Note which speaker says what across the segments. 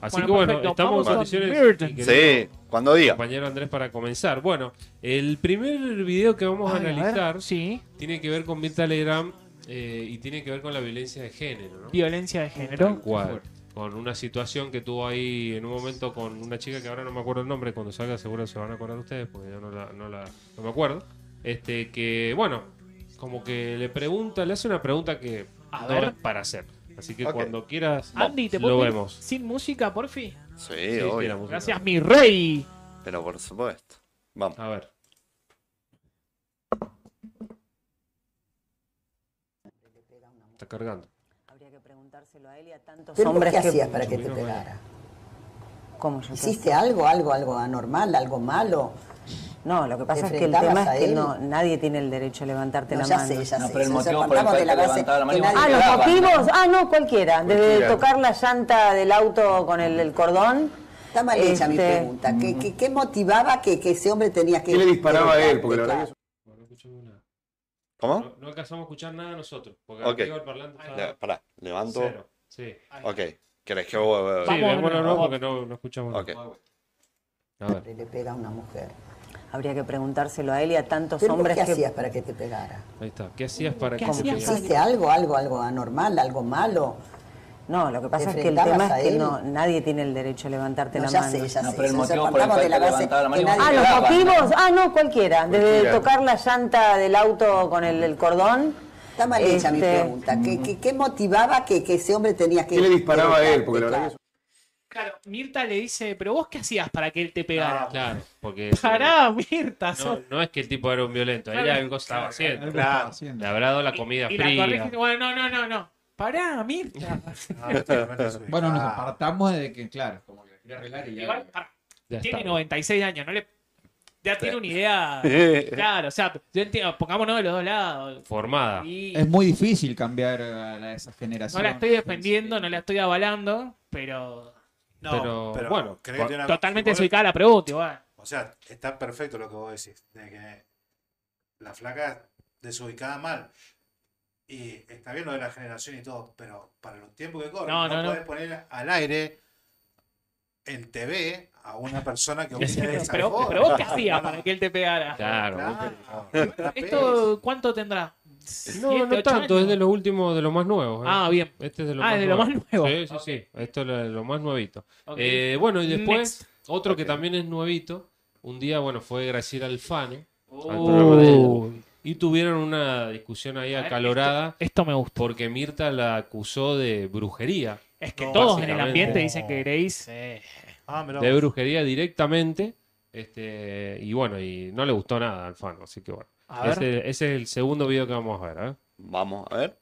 Speaker 1: Así
Speaker 2: Bueno,
Speaker 1: que bueno,
Speaker 2: perfecto.
Speaker 1: estamos en
Speaker 2: Vamos con
Speaker 1: condiciones.
Speaker 2: Burton.
Speaker 1: mi querido
Speaker 3: Sí, cuando diga.
Speaker 1: Compañero Andrés, para comenzar. Bueno, el primer video que vamos a
Speaker 2: Ay, a ver,
Speaker 1: analizar
Speaker 2: sí,
Speaker 1: tiene que ver con Mirta Legrand eh, y tiene que ver con la violencia de género, ¿no?
Speaker 2: violencia de
Speaker 1: Tal
Speaker 2: género.
Speaker 1: cual. Con una situación que tuvo ahí en un momento con una chica que ahora no me acuerdo el nombre, cuando salga seguro se van a acordar ustedes, porque yo no, la, no, la- no me acuerdo. Este, que bueno, como que le pregunta, le hace una pregunta que
Speaker 2: A
Speaker 1: no
Speaker 2: ver.
Speaker 1: es para hacer. Así que
Speaker 3: Ok.
Speaker 1: cuando quieras,
Speaker 2: Andy, ¿te
Speaker 1: lo
Speaker 2: puedo pedir
Speaker 1: vemos.
Speaker 2: sin música, porfi?
Speaker 3: Sí,
Speaker 1: Sí,
Speaker 3: obvio.
Speaker 1: tiene la música.
Speaker 2: Gracias, mi rey.
Speaker 3: Pero por supuesto. Vamos.
Speaker 1: A ver. Está cargando.
Speaker 4: Habría que preguntárselo a él y a tantos
Speaker 5: Pero
Speaker 4: hombres
Speaker 5: ¿qué
Speaker 4: que-
Speaker 5: hacías para que te
Speaker 1: Subilo, bueno.
Speaker 5: pegara?
Speaker 4: ¿Cómo yo qué?
Speaker 5: ¿Hiciste algo, algo, algo anormal, algo malo?
Speaker 4: No, lo que pasa es
Speaker 5: ¿Te
Speaker 4: que el
Speaker 5: enfrentabas
Speaker 4: tema
Speaker 5: a
Speaker 4: es que
Speaker 5: él?
Speaker 4: no, nadie tiene el derecho a levantarte
Speaker 5: No,
Speaker 4: la
Speaker 5: ya
Speaker 4: mano.
Speaker 5: sé, ya
Speaker 6: No,
Speaker 5: sé.
Speaker 6: pero el motivo
Speaker 5: Nos
Speaker 6: por el
Speaker 5: apartamos
Speaker 6: cual
Speaker 5: de la
Speaker 6: te
Speaker 5: base
Speaker 6: levantaba la mano
Speaker 5: que
Speaker 6: y vos
Speaker 5: nadie
Speaker 4: Ah, los
Speaker 6: Claro,
Speaker 4: motivos, ah, no, cualquiera. Desde
Speaker 3: Cualquiera.
Speaker 4: tocar la llanta del auto con el, el cordón.
Speaker 5: Está mal hecha mi
Speaker 4: este,
Speaker 5: pregunta. ¿Qué, qué, qué motivaba que, que ese hombre tenía que.?
Speaker 6: ¿Qué le disparaba a él? Porque la
Speaker 5: Claro.
Speaker 6: verdad
Speaker 1: No, no escuchamos nada.
Speaker 3: ¿Cómo?
Speaker 1: No, no alcanzamos a escuchar nada nosotros. Porque
Speaker 3: Ok.
Speaker 1: arriba el parlante está
Speaker 3: Le- pará, levanto.
Speaker 1: cero. Sí.
Speaker 3: Ok. ¿Querés que eh? vos-
Speaker 1: Sí,
Speaker 2: Vamos,
Speaker 1: bueno, no,
Speaker 2: vamos.
Speaker 1: porque no, no escuchamos nada.
Speaker 3: Ok.
Speaker 1: A ver.
Speaker 5: Le pega a una mujer.
Speaker 4: Habría que preguntárselo a él y a tantos
Speaker 5: Pero
Speaker 4: hombres
Speaker 5: ¿Qué
Speaker 4: que.
Speaker 5: hacías para que te pegara?
Speaker 1: Ahí está. ¿Qué hacías para
Speaker 2: ¿Qué
Speaker 1: que
Speaker 2: hacías?
Speaker 1: te-
Speaker 5: ¿Hiciste algo, algo, algo anormal, algo malo?
Speaker 4: No, lo que pasa
Speaker 5: ¿Te
Speaker 4: es que el tema
Speaker 5: enfrentabas
Speaker 4: es
Speaker 5: a
Speaker 4: que
Speaker 5: él?
Speaker 4: no, nadie tiene el derecho a levantarte
Speaker 5: No,
Speaker 4: la
Speaker 5: ya
Speaker 4: mano.
Speaker 5: sé, ya
Speaker 6: No,
Speaker 5: sé.
Speaker 6: pero el
Speaker 5: Nos
Speaker 6: motivo por el
Speaker 5: apartamos
Speaker 6: cual
Speaker 5: de la
Speaker 6: te
Speaker 5: base
Speaker 6: levantaba la mano
Speaker 5: que
Speaker 6: y vos
Speaker 5: nadie-
Speaker 4: Ah, los
Speaker 6: Pegaban,
Speaker 4: motivos, ah, no, cualquiera. Desde
Speaker 3: Cualquiera.
Speaker 4: tocar la llanta del auto con el, el cordón.
Speaker 5: Está mal hecha mi
Speaker 4: este,
Speaker 5: pregunta. ¿Qué, qué, qué motivaba que, que ese hombre tenía que.?
Speaker 6: ¿Qué le disparaba a él? Porque la
Speaker 5: Claro.
Speaker 6: verdad
Speaker 2: Claro, Mirta le dice, pero vos qué hacías para que él te pegara.
Speaker 1: Ah, Claro, porque.
Speaker 2: Pará, Mirta. sos-
Speaker 1: No, no es que el tipo era un violento, él
Speaker 2: Claro.
Speaker 1: algo estaba haciendo.
Speaker 7: Algo estaba
Speaker 1: Le
Speaker 7: haciendo.
Speaker 1: habrá dado la comida
Speaker 2: y la
Speaker 1: fría.
Speaker 2: corrige, bueno, no, no, no, no. Pará, Mirta.
Speaker 6: Ah,
Speaker 7: Bueno, nos apartamos de que, claro, como que la quiere arreglar y ya.
Speaker 2: Igual, pará.
Speaker 1: Ya
Speaker 2: Tiene
Speaker 1: está.
Speaker 2: 96 años, no le. Ya tiene una idea.
Speaker 3: Ok.
Speaker 2: Claro, o sea, yo entiendo, pongámonos de los dos lados.
Speaker 1: Formada.
Speaker 2: Y
Speaker 7: Es muy difícil cambiar a la- esa
Speaker 2: no
Speaker 7: generación.
Speaker 2: la estoy defendiendo, no la estoy avalando, pero.
Speaker 8: No,
Speaker 1: Pero,
Speaker 8: pero,
Speaker 1: bueno,
Speaker 8: creo que
Speaker 1: to-
Speaker 8: tiene una-
Speaker 2: Totalmente
Speaker 8: si vos-
Speaker 2: desubicada la pregunta, igual.
Speaker 8: O sea, está perfecto lo que vos decís, de que la flaca desubicada mal. Y está bien lo de la generación y todo, pero para los tiempos que corren,
Speaker 2: No,
Speaker 8: no,
Speaker 2: no, no.
Speaker 8: podés poner al aire en TV a una persona que usa esa
Speaker 2: Pero,
Speaker 8: forma.
Speaker 2: pero vos qué
Speaker 8: No,
Speaker 2: hacías
Speaker 8: no, no.
Speaker 2: para que él te pegara.
Speaker 1: Claro.
Speaker 8: Claro.
Speaker 2: ¿Esto cuánto tendrá?
Speaker 1: No, no tanto, es de lo último, de lo más nuevo. eh.
Speaker 2: Ah, bien.
Speaker 1: Este es de lo
Speaker 2: Ah,
Speaker 1: más
Speaker 2: es de lo
Speaker 1: nuevo.
Speaker 2: más nuevo.
Speaker 1: Sí, sí, sí. Esto es lo- lo más nuevito.
Speaker 2: Ok.
Speaker 1: Eh, bueno, y después,
Speaker 2: Next.
Speaker 1: otro que también es nuevito. Un día, bueno, fue Graciela Alfano. al
Speaker 2: Oh.
Speaker 1: programa de ella, y tuvieron una discusión ahí
Speaker 2: A ver,
Speaker 1: acalorada
Speaker 2: Esto me gusta.
Speaker 1: porque Mirta la acusó de brujería.
Speaker 2: Es que
Speaker 8: No,
Speaker 2: todos en el
Speaker 1: básicamente.
Speaker 2: ambiente dicen que Grace. eh,
Speaker 8: Ah, mirá
Speaker 1: de
Speaker 8: vos.
Speaker 1: brujería directamente. Este, y bueno, y no le gustó nada a Alfano, así que bueno.
Speaker 2: A ver.
Speaker 1: Ese, ese es el segundo video que vamos a ver, ¿eh?
Speaker 3: Vamos a ver.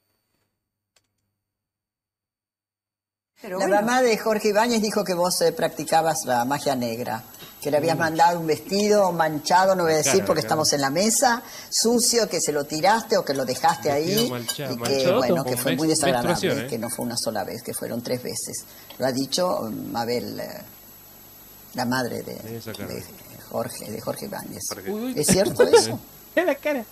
Speaker 5: La mamá de Jorge Ibáñez dijo que vos eh, practicabas la magia negra, que le habías mandado un vestido manchado, no voy a decir
Speaker 1: Mm. Claro,
Speaker 5: porque
Speaker 1: claro.
Speaker 5: estamos en la mesa, sucio, que se lo tiraste o que lo dejaste
Speaker 1: Vestido
Speaker 5: ahí,
Speaker 1: mancha-
Speaker 5: y que,
Speaker 1: manchado
Speaker 5: bueno,
Speaker 1: con
Speaker 5: que fue
Speaker 1: mes-
Speaker 5: muy desagradable,
Speaker 1: menstruación, ¿eh?
Speaker 5: que no fue una sola vez, que fueron tres veces. Lo ha dicho mm, Mabel, eh, la madre de,
Speaker 1: Ahí esa cara.
Speaker 5: de Jorge, de Jorge Ibáñez.
Speaker 3: Jorge.
Speaker 5: ¿Es cierto eso?
Speaker 2: Mirá la cara.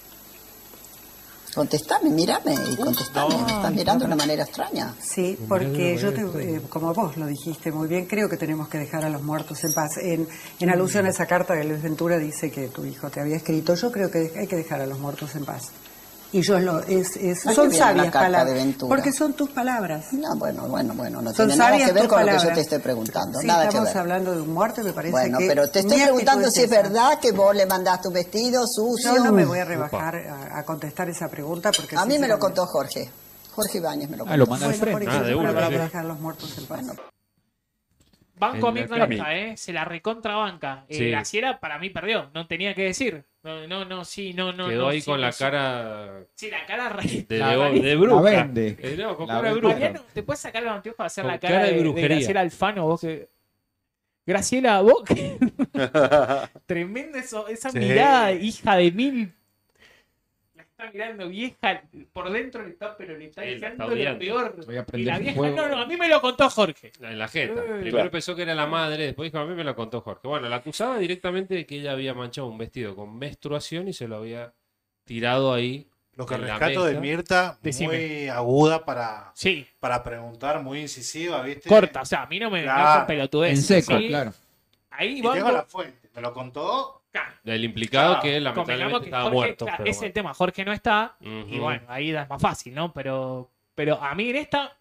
Speaker 5: Contestame, mírame y contestame, me estás mirando de una manera extraña.
Speaker 9: Sí, porque yo, te- eh, como vos lo dijiste muy bien, creo que tenemos que dejar a los muertos en paz. En, en alusión a esa carta que Luis Ventura dice que tu hijo te había escrito, yo creo que hay que dejar a los muertos en paz. Y yo lo, es, es-
Speaker 5: Ahí
Speaker 9: son
Speaker 5: viene la
Speaker 9: sabias
Speaker 5: carta
Speaker 9: palabras,
Speaker 5: de Ventura.
Speaker 9: porque son tus palabras.
Speaker 5: No, bueno, bueno, bueno, no
Speaker 9: Son
Speaker 5: tiene nada
Speaker 9: sabias
Speaker 5: que ver
Speaker 9: tus
Speaker 5: con lo que yo
Speaker 9: palabras.
Speaker 5: te estoy preguntando,
Speaker 9: Sí,
Speaker 5: nada que
Speaker 9: estamos
Speaker 5: ver.
Speaker 9: hablando de un muerto, me parece
Speaker 5: Bueno,
Speaker 9: que
Speaker 5: pero te estoy
Speaker 9: mi actitud
Speaker 5: preguntando si es
Speaker 9: esa.
Speaker 5: verdad que vos le mandaste un vestido sucio.
Speaker 9: Yo no me voy a rebajar a, a contestar esa pregunta porque...
Speaker 5: A mí me lo
Speaker 9: sinceramente-
Speaker 5: contó Jorge. Jorge Ibáñez me lo
Speaker 7: Ah,
Speaker 5: contó.
Speaker 7: lo manda al
Speaker 9: Bueno, por
Speaker 7: frente.
Speaker 1: Ah, de
Speaker 9: ejemplo,
Speaker 1: una,
Speaker 9: habrá
Speaker 1: sí.
Speaker 9: que dejar a los muertos en paz.
Speaker 2: Banco a
Speaker 1: En la
Speaker 2: Mirta
Speaker 1: cara.
Speaker 2: esta, ¿eh? Se la recontrabanca. Eh,
Speaker 1: Sí.
Speaker 2: Graciela para mí perdió. No tenía que decir. No, no, no sí, no, no.
Speaker 1: Quedó
Speaker 2: no,
Speaker 1: ahí
Speaker 2: sí,
Speaker 1: con
Speaker 2: no,
Speaker 1: la
Speaker 2: sí.
Speaker 1: cara
Speaker 2: Sí, la cara re-
Speaker 1: de,
Speaker 7: La
Speaker 1: de,
Speaker 7: vende.
Speaker 1: de bruja.
Speaker 7: La vende.
Speaker 1: Eh, no, con
Speaker 7: La
Speaker 1: cara de
Speaker 7: vende.
Speaker 1: bruja.
Speaker 2: Mariano, ¿te puedes sacar los anteojos para hacer
Speaker 1: Con
Speaker 2: la cara,
Speaker 1: cara de
Speaker 2: de, de
Speaker 1: brujería.
Speaker 2: Graciela Alfano? Vos que... Graciela, vos que... Tremenda eso- esa
Speaker 8: Sí.
Speaker 2: mirada, hija de mil. La está mirando vieja, por dentro le está, pero le está
Speaker 1: Sí, la está
Speaker 2: dejando
Speaker 1: odiando.
Speaker 2: lo peor.
Speaker 7: Voy a
Speaker 2: Y
Speaker 7: prender
Speaker 2: la
Speaker 7: un
Speaker 2: vieja,
Speaker 7: fuego.
Speaker 2: no, no, a mí me lo contó Jorge.
Speaker 1: En la jeta.
Speaker 2: Eh.
Speaker 1: Primero
Speaker 3: Claro.
Speaker 1: pensó que era la madre, después dijo, a mí me lo contó Jorge. Bueno, la acusaba directamente de que ella había manchado un vestido con menstruación y se lo había tirado ahí
Speaker 8: Lo que
Speaker 1: en la
Speaker 8: rescato de
Speaker 1: mesa.
Speaker 8: Mirta,
Speaker 2: Decime.
Speaker 8: muy aguda para,
Speaker 2: Sí,
Speaker 8: para preguntar, muy incisiva, ¿viste?
Speaker 2: corta. O sea, a mí no me
Speaker 8: Claro.
Speaker 2: vengas con pelotudez.
Speaker 7: En seco,
Speaker 2: Sí,
Speaker 7: claro.
Speaker 2: Ahí
Speaker 8: Y
Speaker 2: vamos.
Speaker 8: tengo la fuente. Me lo contó.
Speaker 1: Del implicado
Speaker 8: Ah,
Speaker 1: que
Speaker 2: Convengamos
Speaker 1: lamentablemente
Speaker 2: que
Speaker 1: estaba
Speaker 2: Jorge,
Speaker 1: muerto.
Speaker 2: claro,
Speaker 1: pero
Speaker 2: es el
Speaker 1: bueno.
Speaker 2: tema. Jorge no está. Y
Speaker 1: Ujú.
Speaker 2: bueno, ahí es más fácil, ¿no? Pero, pero a mí en esta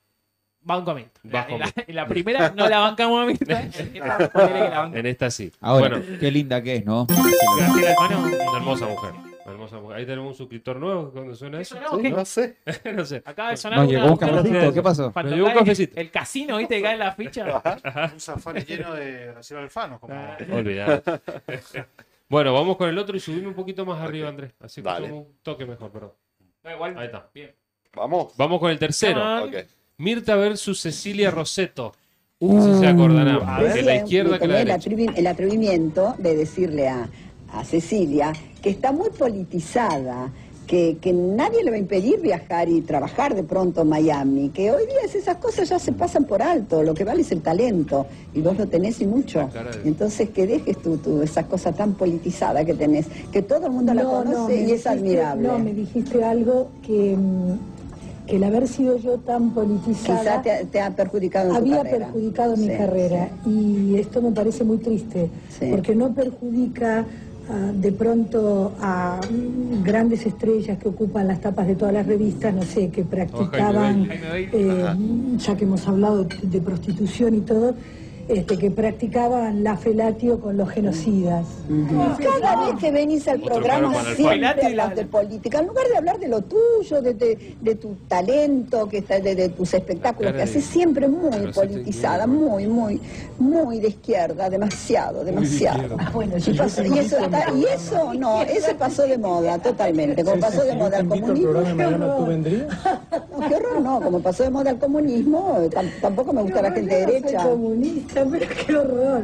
Speaker 2: banco a Mirta. La-
Speaker 1: Banco a
Speaker 2: en, la,
Speaker 1: Mirta.
Speaker 2: en la primera no la bancamos a Mirta. En esta, ponele que la bancamos.
Speaker 1: En esta sí.
Speaker 7: Ahora,
Speaker 1: Bueno,
Speaker 7: qué linda que es, ¿no?
Speaker 2: Gracias, hermano.
Speaker 1: una hermosa mujer. Una hermosa mujer. Ahí tenemos un suscriptor nuevo cuando suena eso.
Speaker 2: Sonó, ¿qué?
Speaker 3: No sé.
Speaker 1: no sé.
Speaker 2: Acaba de sonar
Speaker 7: Nos
Speaker 2: una-
Speaker 7: llegó un
Speaker 2: una-
Speaker 7: cafecito, ¿qué pasó?
Speaker 2: Faltó
Speaker 1: Nos llegó un
Speaker 2: caer
Speaker 1: cafecito.
Speaker 2: El casino, ¿viste? Que cae en la ficha.
Speaker 8: Un safari lleno de Graciela Alfano. Como...
Speaker 2: Ah.
Speaker 1: Olvidar. bueno, vamos con el otro y subimos un poquito más arriba, Andrés. Así que
Speaker 3: Dale.
Speaker 1: toma un toque mejor, perdón.
Speaker 2: Da igual.
Speaker 1: Ahí está.
Speaker 2: Bien.
Speaker 3: Vamos.
Speaker 1: Vamos con el tercero.
Speaker 2: Ah.
Speaker 3: Ok.
Speaker 1: Mirta versus Cecilia Roseto.
Speaker 7: Uh,
Speaker 1: si se
Speaker 5: Uh,
Speaker 1: acordarán.
Speaker 10: a
Speaker 1: más de la
Speaker 5: Decía,
Speaker 1: izquierda
Speaker 5: me
Speaker 1: que la
Speaker 5: tomé el,
Speaker 1: derecha.
Speaker 5: atrevi- el atrevimiento de decirle a, a Cecilia que está muy politizada, que, que nadie le va a impedir viajar y trabajar de pronto en Miami, que hoy día es- esas cosas ya se pasan por alto, lo que vale es el talento, y vos lo tenés y mucho.
Speaker 1: cara de-
Speaker 5: Entonces que dejes tú, tú esa cosa tan politizada que tenés, que todo el mundo la conoce y es admirable.
Speaker 9: dijiste algo que, mm, que el haber sido yo tan
Speaker 5: Quizá te, ha- te ha perjudicado en tu
Speaker 9: había
Speaker 5: carrera.
Speaker 9: perjudicado mi
Speaker 5: Sí,
Speaker 9: carrera
Speaker 5: sí.
Speaker 9: y esto me parece muy triste
Speaker 5: Sí.
Speaker 9: porque no perjudica ah, de pronto a mm, grandes estrellas que ocupan las tapas de todas las revistas, no sé, que
Speaker 1: Oh,
Speaker 9: practicaban,
Speaker 2: Ahí me doy.
Speaker 9: eh, ya que hemos hablado de, de prostitución y todo, este, que practicaban la felatio con los genocidas.
Speaker 5: Cada vez que venís al
Speaker 1: Otro
Speaker 5: programa
Speaker 1: programa en el
Speaker 5: siempre
Speaker 2: cual-
Speaker 5: hablas de política, en lugar de hablar de lo tuyo, de, de- de tu talento, que está, de, de tus espectáculos,
Speaker 1: La
Speaker 5: que
Speaker 1: cara de-
Speaker 5: haces siempre muy
Speaker 1: Pero sí te
Speaker 5: politizada,
Speaker 1: entiendo.
Speaker 5: muy, muy, muy de izquierda, demasiado, demasiado.
Speaker 9: Bueno,
Speaker 5: Y, pasó- y eso está- y eso no, eso pasó de moda totalmente, como pasó de moda el comunismo. qué horror. No, qué horror no, como pasó de moda el comunismo, eh, tam- tampoco me gusta la gente derecha.
Speaker 9: comunista, pero qué horror.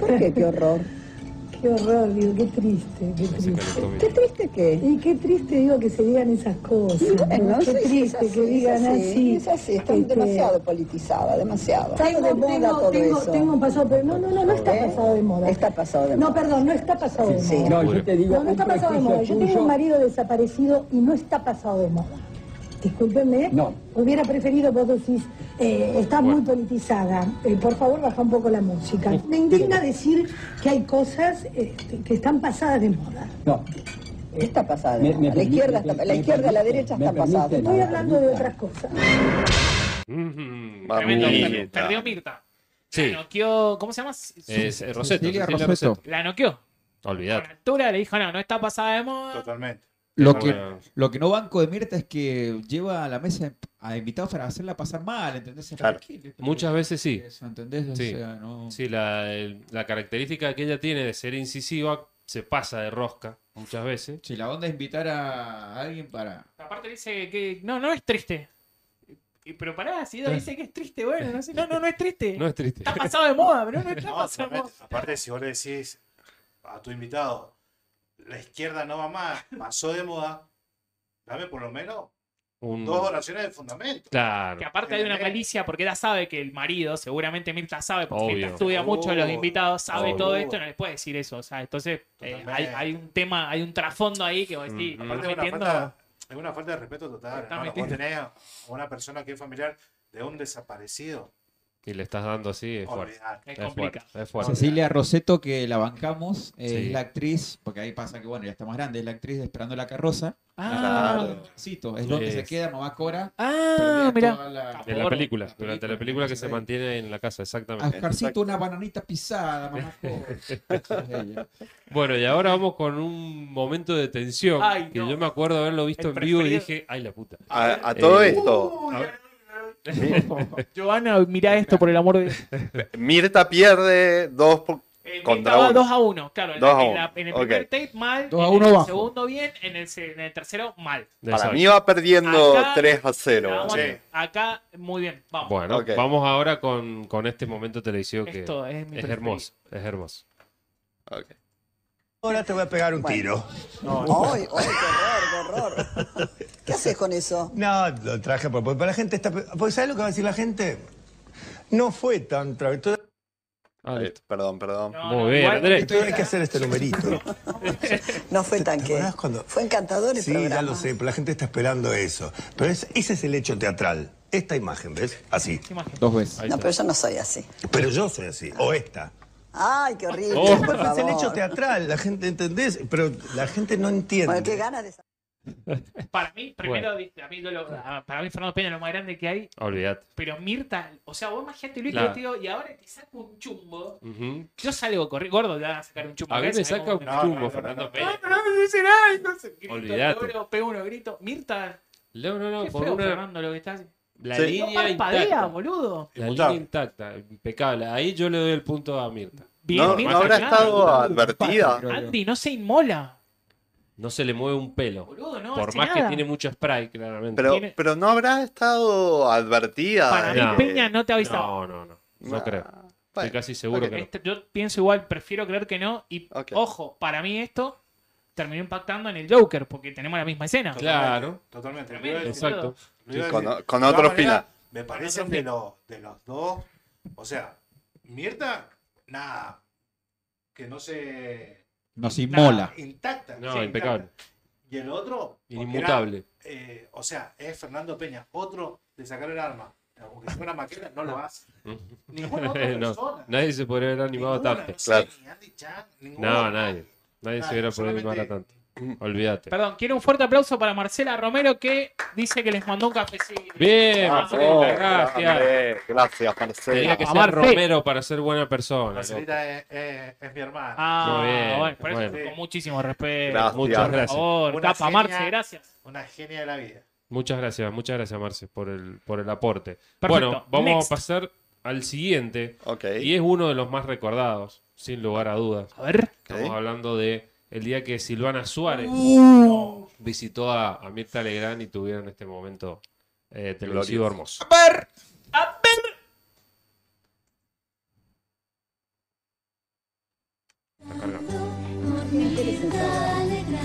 Speaker 5: ¿Por qué qué horror?
Speaker 9: Qué horror, digo, qué triste, qué triste.
Speaker 5: ¿Qué triste que es?
Speaker 9: Y qué triste digo que se digan esas cosas.
Speaker 5: Sí,
Speaker 9: ¿no?
Speaker 5: bueno,
Speaker 9: qué
Speaker 5: sí, sí, es
Speaker 9: triste
Speaker 5: así,
Speaker 9: que
Speaker 5: es
Speaker 9: digan así.
Speaker 5: Es así, está
Speaker 9: Este,
Speaker 5: demasiado politizada, demasiado. Está
Speaker 9: Tengo,
Speaker 5: de moda
Speaker 9: tengo,
Speaker 5: todo
Speaker 9: tengo,
Speaker 5: eso.
Speaker 9: tengo pasado, pero no, no, no, no está
Speaker 5: ¿Eh?
Speaker 9: pasado de moda.
Speaker 5: Está pasado de
Speaker 9: No,
Speaker 5: moda.
Speaker 9: perdón, no está pasado de
Speaker 5: Sí.
Speaker 9: moda.
Speaker 6: No, yo te digo.
Speaker 9: No, no está pasado de moda. Yo tengo un marido desaparecido y no está pasado de moda. Discúlpenme,
Speaker 6: No.
Speaker 9: hubiera preferido, vos decís, eh, está muy politizada, Eh, por favor baja un poco la música. Me indigna decir que hay cosas este, que están pasadas de moda.
Speaker 6: No,
Speaker 5: Está pasada de
Speaker 6: Me-
Speaker 5: moda.
Speaker 6: me
Speaker 5: la
Speaker 6: permite-
Speaker 5: izquierda,
Speaker 6: me-
Speaker 5: está, la
Speaker 6: me
Speaker 5: izquierda, la
Speaker 6: permite-
Speaker 5: derecha
Speaker 6: me
Speaker 5: está pasada.
Speaker 6: permite-
Speaker 9: Estoy hablando de otras cosas.
Speaker 1: Ujú.
Speaker 3: Vamos.
Speaker 2: Tremendo.
Speaker 3: Mirta.
Speaker 2: per- Perdió Mirta.
Speaker 1: Sí.
Speaker 2: La noqueó. ¿Cómo se llama?
Speaker 1: Es, es Roseto. Cecilia
Speaker 7: Cecilia Roseto.
Speaker 1: Roseto.
Speaker 2: La noqueó. Con
Speaker 1: Olvidate.
Speaker 2: altura le dijo, no, no está pasada de moda.
Speaker 8: Totalmente.
Speaker 7: Lo
Speaker 1: Pero
Speaker 7: que,
Speaker 1: bueno.
Speaker 7: lo que no banco de Mirta es que lleva a la mesa a invitados para hacerla pasar mal, ¿entendés? Es
Speaker 3: Claro.
Speaker 7: tranquilo, pero-
Speaker 1: Muchas veces sí.
Speaker 7: Eso, ¿entendés? O
Speaker 1: Sí.
Speaker 7: sea, no...
Speaker 1: Sí, la, el- la característica que ella tiene de ser incisiva se pasa de rosca muchas veces.
Speaker 7: Si la onda es invitar a alguien para...
Speaker 2: Aparte dice que no, no es triste. Y- Pero pará, si ella dice que es triste, bueno, no sé. No, no, no es triste.
Speaker 1: No es triste.
Speaker 2: Está pasado de moda, pero no está
Speaker 8: No,
Speaker 2: pasado de moda.
Speaker 8: totalmente. Aparte, si vos le decís a tu invitado, la izquierda no va más, pasó de moda, dame por lo menos
Speaker 1: Un-
Speaker 3: Mm.
Speaker 8: dos oraciones de fundamento.
Speaker 1: Claro.
Speaker 2: Que aparte
Speaker 1: Eh,
Speaker 2: hay una malicia porque ella sabe que el marido, seguramente Mirta sabe, porque
Speaker 1: Obvio.
Speaker 2: ella estudia mucho a los
Speaker 8: Obvio.
Speaker 2: invitados, sabe
Speaker 1: Obvio.
Speaker 2: todo esto, no les puede decir eso. O sea, entonces eh, hay,
Speaker 8: Totalmente.
Speaker 2: hay un tema, hay un trasfondo ahí que vos decís,
Speaker 1: Mm,
Speaker 2: estás
Speaker 8: Aparte, es una,
Speaker 2: metiendo-
Speaker 8: falta, es una falta de respeto total.
Speaker 2: Está
Speaker 8: hermano. Vos
Speaker 2: metiendo.
Speaker 8: tenés a una persona que es familiar de un desaparecido.
Speaker 1: Y le estás dando así, es fuerte.
Speaker 8: Olvidate.
Speaker 1: Es
Speaker 2: Es
Speaker 1: fuerte.
Speaker 2: complicado.
Speaker 1: Es fuerte.
Speaker 7: Cecilia Roseto, que la bancamos, eh,
Speaker 1: Sí.
Speaker 7: es la actriz, porque ahí pasa que, bueno, ya está más grande, es la actriz de Esperando la Carroza.
Speaker 2: Ah,
Speaker 3: Claro.
Speaker 7: Cito, es donde
Speaker 1: Sí.
Speaker 7: se queda mamá Cora.
Speaker 2: ah, mirá.
Speaker 1: En la
Speaker 2: Por-
Speaker 1: película, durante la película que se
Speaker 7: ahí.
Speaker 1: mantiene en la casa, exactamente.
Speaker 7: Ascarcito, una bananita pisada, mamá Cora.
Speaker 1: Bueno, y ahora vamos con un momento de tensión
Speaker 2: Ay,
Speaker 1: que
Speaker 2: no.
Speaker 1: yo me acuerdo haberlo visto
Speaker 2: El
Speaker 1: en vivo y
Speaker 2: preferido.
Speaker 1: dije, ay la puta.
Speaker 3: A, a todo
Speaker 1: Eh,
Speaker 3: esto,
Speaker 2: Joana, mirá esto por el amor de Dios.
Speaker 3: Mirta pierde dos. por-
Speaker 2: El
Speaker 3: Contra
Speaker 2: estaba
Speaker 3: uno.
Speaker 2: 2 a 1, claro. en la-
Speaker 3: Dos a
Speaker 2: en, la-
Speaker 3: uno,
Speaker 2: en el
Speaker 3: ok.
Speaker 2: primer tape mal,
Speaker 7: Dos a
Speaker 2: en
Speaker 7: uno
Speaker 2: el
Speaker 7: bajo.
Speaker 2: segundo bien, en el, se- en el tercero mal.
Speaker 3: Para
Speaker 1: Exacto.
Speaker 3: mí va perdiendo
Speaker 2: Acá-
Speaker 3: 3 a
Speaker 2: La
Speaker 3: 0.
Speaker 2: vamos
Speaker 8: Sí.
Speaker 2: a- Acá, muy bien, vamos.
Speaker 1: Bueno,
Speaker 3: Ok.
Speaker 1: vamos ahora con, con este momento televisivo que
Speaker 2: Esto es mi
Speaker 1: es
Speaker 2: preferido.
Speaker 1: hermoso, es hermoso.
Speaker 3: Ok.
Speaker 10: Ahora te voy a pegar un tiro.
Speaker 5: Ay, ay, qué horror, qué horror.
Speaker 10: ¿Qué haces con eso?
Speaker 9: No, lo traje por... Porque la gente está... Porque ¿sabes lo que va a decir la gente? No fue tan...
Speaker 1: Ah,
Speaker 3: Ahí, Eh, perdón, perdón.
Speaker 1: Muy bien, Andrés.
Speaker 11: Esto hay que hacer este numerito.
Speaker 10: No fue tan que. Fue encantador el
Speaker 11: Sí,
Speaker 10: programa.
Speaker 11: ya lo sé, pero la gente está esperando eso. Pero es- ese es el hecho teatral. Esta imagen, ¿ves? Así.
Speaker 7: Dos veces.
Speaker 10: No, pero yo no soy así.
Speaker 11: Pero yo soy así. O esta.
Speaker 10: Ay, qué horrible.
Speaker 11: Oh.
Speaker 10: por
Speaker 11: Es el
Speaker 10: favor.
Speaker 11: hecho teatral, la gente, ¿entendés? Pero la gente no entiende.
Speaker 10: Bueno, qué ganas de
Speaker 2: Para mí, primero, viste, a mí lo- lo- para mí Fernando Peña es lo más grande que hay.
Speaker 1: Olvídate.
Speaker 2: Pero Mirta, o sea, vos imagínate Luis
Speaker 1: Claro.
Speaker 2: que yo te digo, y ahora te saco un chumbo.
Speaker 1: Ujú.
Speaker 2: Yo salgo corriendo, gordo, le van a sacar un chumbo.
Speaker 1: A mí
Speaker 2: Acá
Speaker 1: me
Speaker 2: sabemos
Speaker 1: saca un
Speaker 2: que-
Speaker 1: chumbo, Fernando Peña.
Speaker 2: No, no, no me dice nada. Entonces, grito,
Speaker 1: Olvídate.
Speaker 2: logro, pego uno, grito. Mirta,
Speaker 1: No, no, no,
Speaker 2: qué
Speaker 1: por
Speaker 2: feo,
Speaker 1: una-
Speaker 2: Fernando, lo que estás haciendo.
Speaker 1: La
Speaker 2: Sí.
Speaker 1: línea
Speaker 2: No parpadea,
Speaker 1: intacta.
Speaker 2: boludo.
Speaker 1: La
Speaker 3: Imputable.
Speaker 1: línea intacta, impecable. Ahí yo le doy el punto a Mirta.
Speaker 3: Bien, No, Mirta, no habrá claro. estado advertida.
Speaker 2: Andy no se inmola.
Speaker 1: No se le mueve un pelo.
Speaker 2: Boludo, no
Speaker 1: Por
Speaker 2: hace
Speaker 1: más
Speaker 2: nada.
Speaker 1: que tiene mucho spray, claramente.
Speaker 3: Pero, pero no habrá estado advertida.
Speaker 2: Para mí,
Speaker 1: No.
Speaker 2: Peña no te ha avisado.
Speaker 1: No, no, no. No
Speaker 3: Ah,
Speaker 1: creo. Estoy
Speaker 3: bueno.
Speaker 1: casi seguro
Speaker 2: Ok,
Speaker 1: que no.
Speaker 2: este- yo pienso igual, prefiero creer que no. Y ojo, para mí esto terminó impactando en el Joker, porque tenemos la misma escena.
Speaker 1: Claro.
Speaker 8: Totalmente.
Speaker 2: Tremendo,
Speaker 8: Lo iba a decir.
Speaker 2: exacto.
Speaker 8: Lo iba a
Speaker 3: Sí, con-
Speaker 8: decir.
Speaker 3: con
Speaker 8: De
Speaker 3: otro
Speaker 8: todas maneras,
Speaker 3: final.
Speaker 8: Me
Speaker 2: Con
Speaker 8: parece
Speaker 2: otro
Speaker 8: de,
Speaker 2: fin.
Speaker 8: lo- de los dos. O sea, Mirta, nada. Que no se.
Speaker 7: Nos
Speaker 8: nada,
Speaker 7: inmola.
Speaker 8: Ah, Intacta.
Speaker 1: No,
Speaker 8: sí,
Speaker 1: impecable.
Speaker 8: intacta. Y el otro. porque
Speaker 1: Inmutable.
Speaker 8: era, eh, o sea, es Fernando Peña. Otro de sacar el arma. Aunque sea una maqueta, no lo hace. Ninguna otra
Speaker 1: Mm. No,
Speaker 8: persona.
Speaker 1: nadie se podría haber animado tanto.
Speaker 8: no sé, ni Andy Chan, ninguna
Speaker 1: No,
Speaker 8: otra.
Speaker 1: nadie. Nadie se
Speaker 8: Nadie,
Speaker 1: hubiera podido
Speaker 8: solamente-
Speaker 1: animar a tanto. Olvídate.
Speaker 2: Perdón, quiero un fuerte aplauso para Marcela Romero que dice que les mandó un cafecito.
Speaker 3: Ah,
Speaker 1: Bien,
Speaker 2: Vamos,
Speaker 3: oh,
Speaker 1: Marcela, gracias.
Speaker 3: Grande, Eh, Gracias,
Speaker 1: Tenía
Speaker 3: Marcela.
Speaker 1: que ser
Speaker 2: Amar, sí.
Speaker 1: Romero para ser buena persona. loco.
Speaker 8: Marcelita es, es- es mi hermana.
Speaker 2: Ah,
Speaker 1: Muy bien,
Speaker 2: bueno, por eso
Speaker 1: bueno.
Speaker 2: con muchísimo respeto.
Speaker 1: Gracias. Muchas
Speaker 2: por
Speaker 1: gracias.
Speaker 2: favor,
Speaker 8: Una
Speaker 2: tapa
Speaker 8: genia-
Speaker 2: Marce, gracias.
Speaker 8: Una genia de la vida.
Speaker 1: Muchas gracias, muchas gracias, Marce, por el, por el aporte.
Speaker 2: Perfecto,
Speaker 1: Bueno, vamos
Speaker 2: next.
Speaker 1: a pasar al siguiente.
Speaker 3: Ok.
Speaker 1: Y es uno de los más recordados, sin lugar a dudas.
Speaker 2: A ver.
Speaker 1: Estamos hablando de el día que Silvana Suárez
Speaker 2: Uh.
Speaker 1: visitó a, a Mirta Legrand y tuvieron este momento eh, televisivo
Speaker 3: Glorioso.
Speaker 1: hermoso.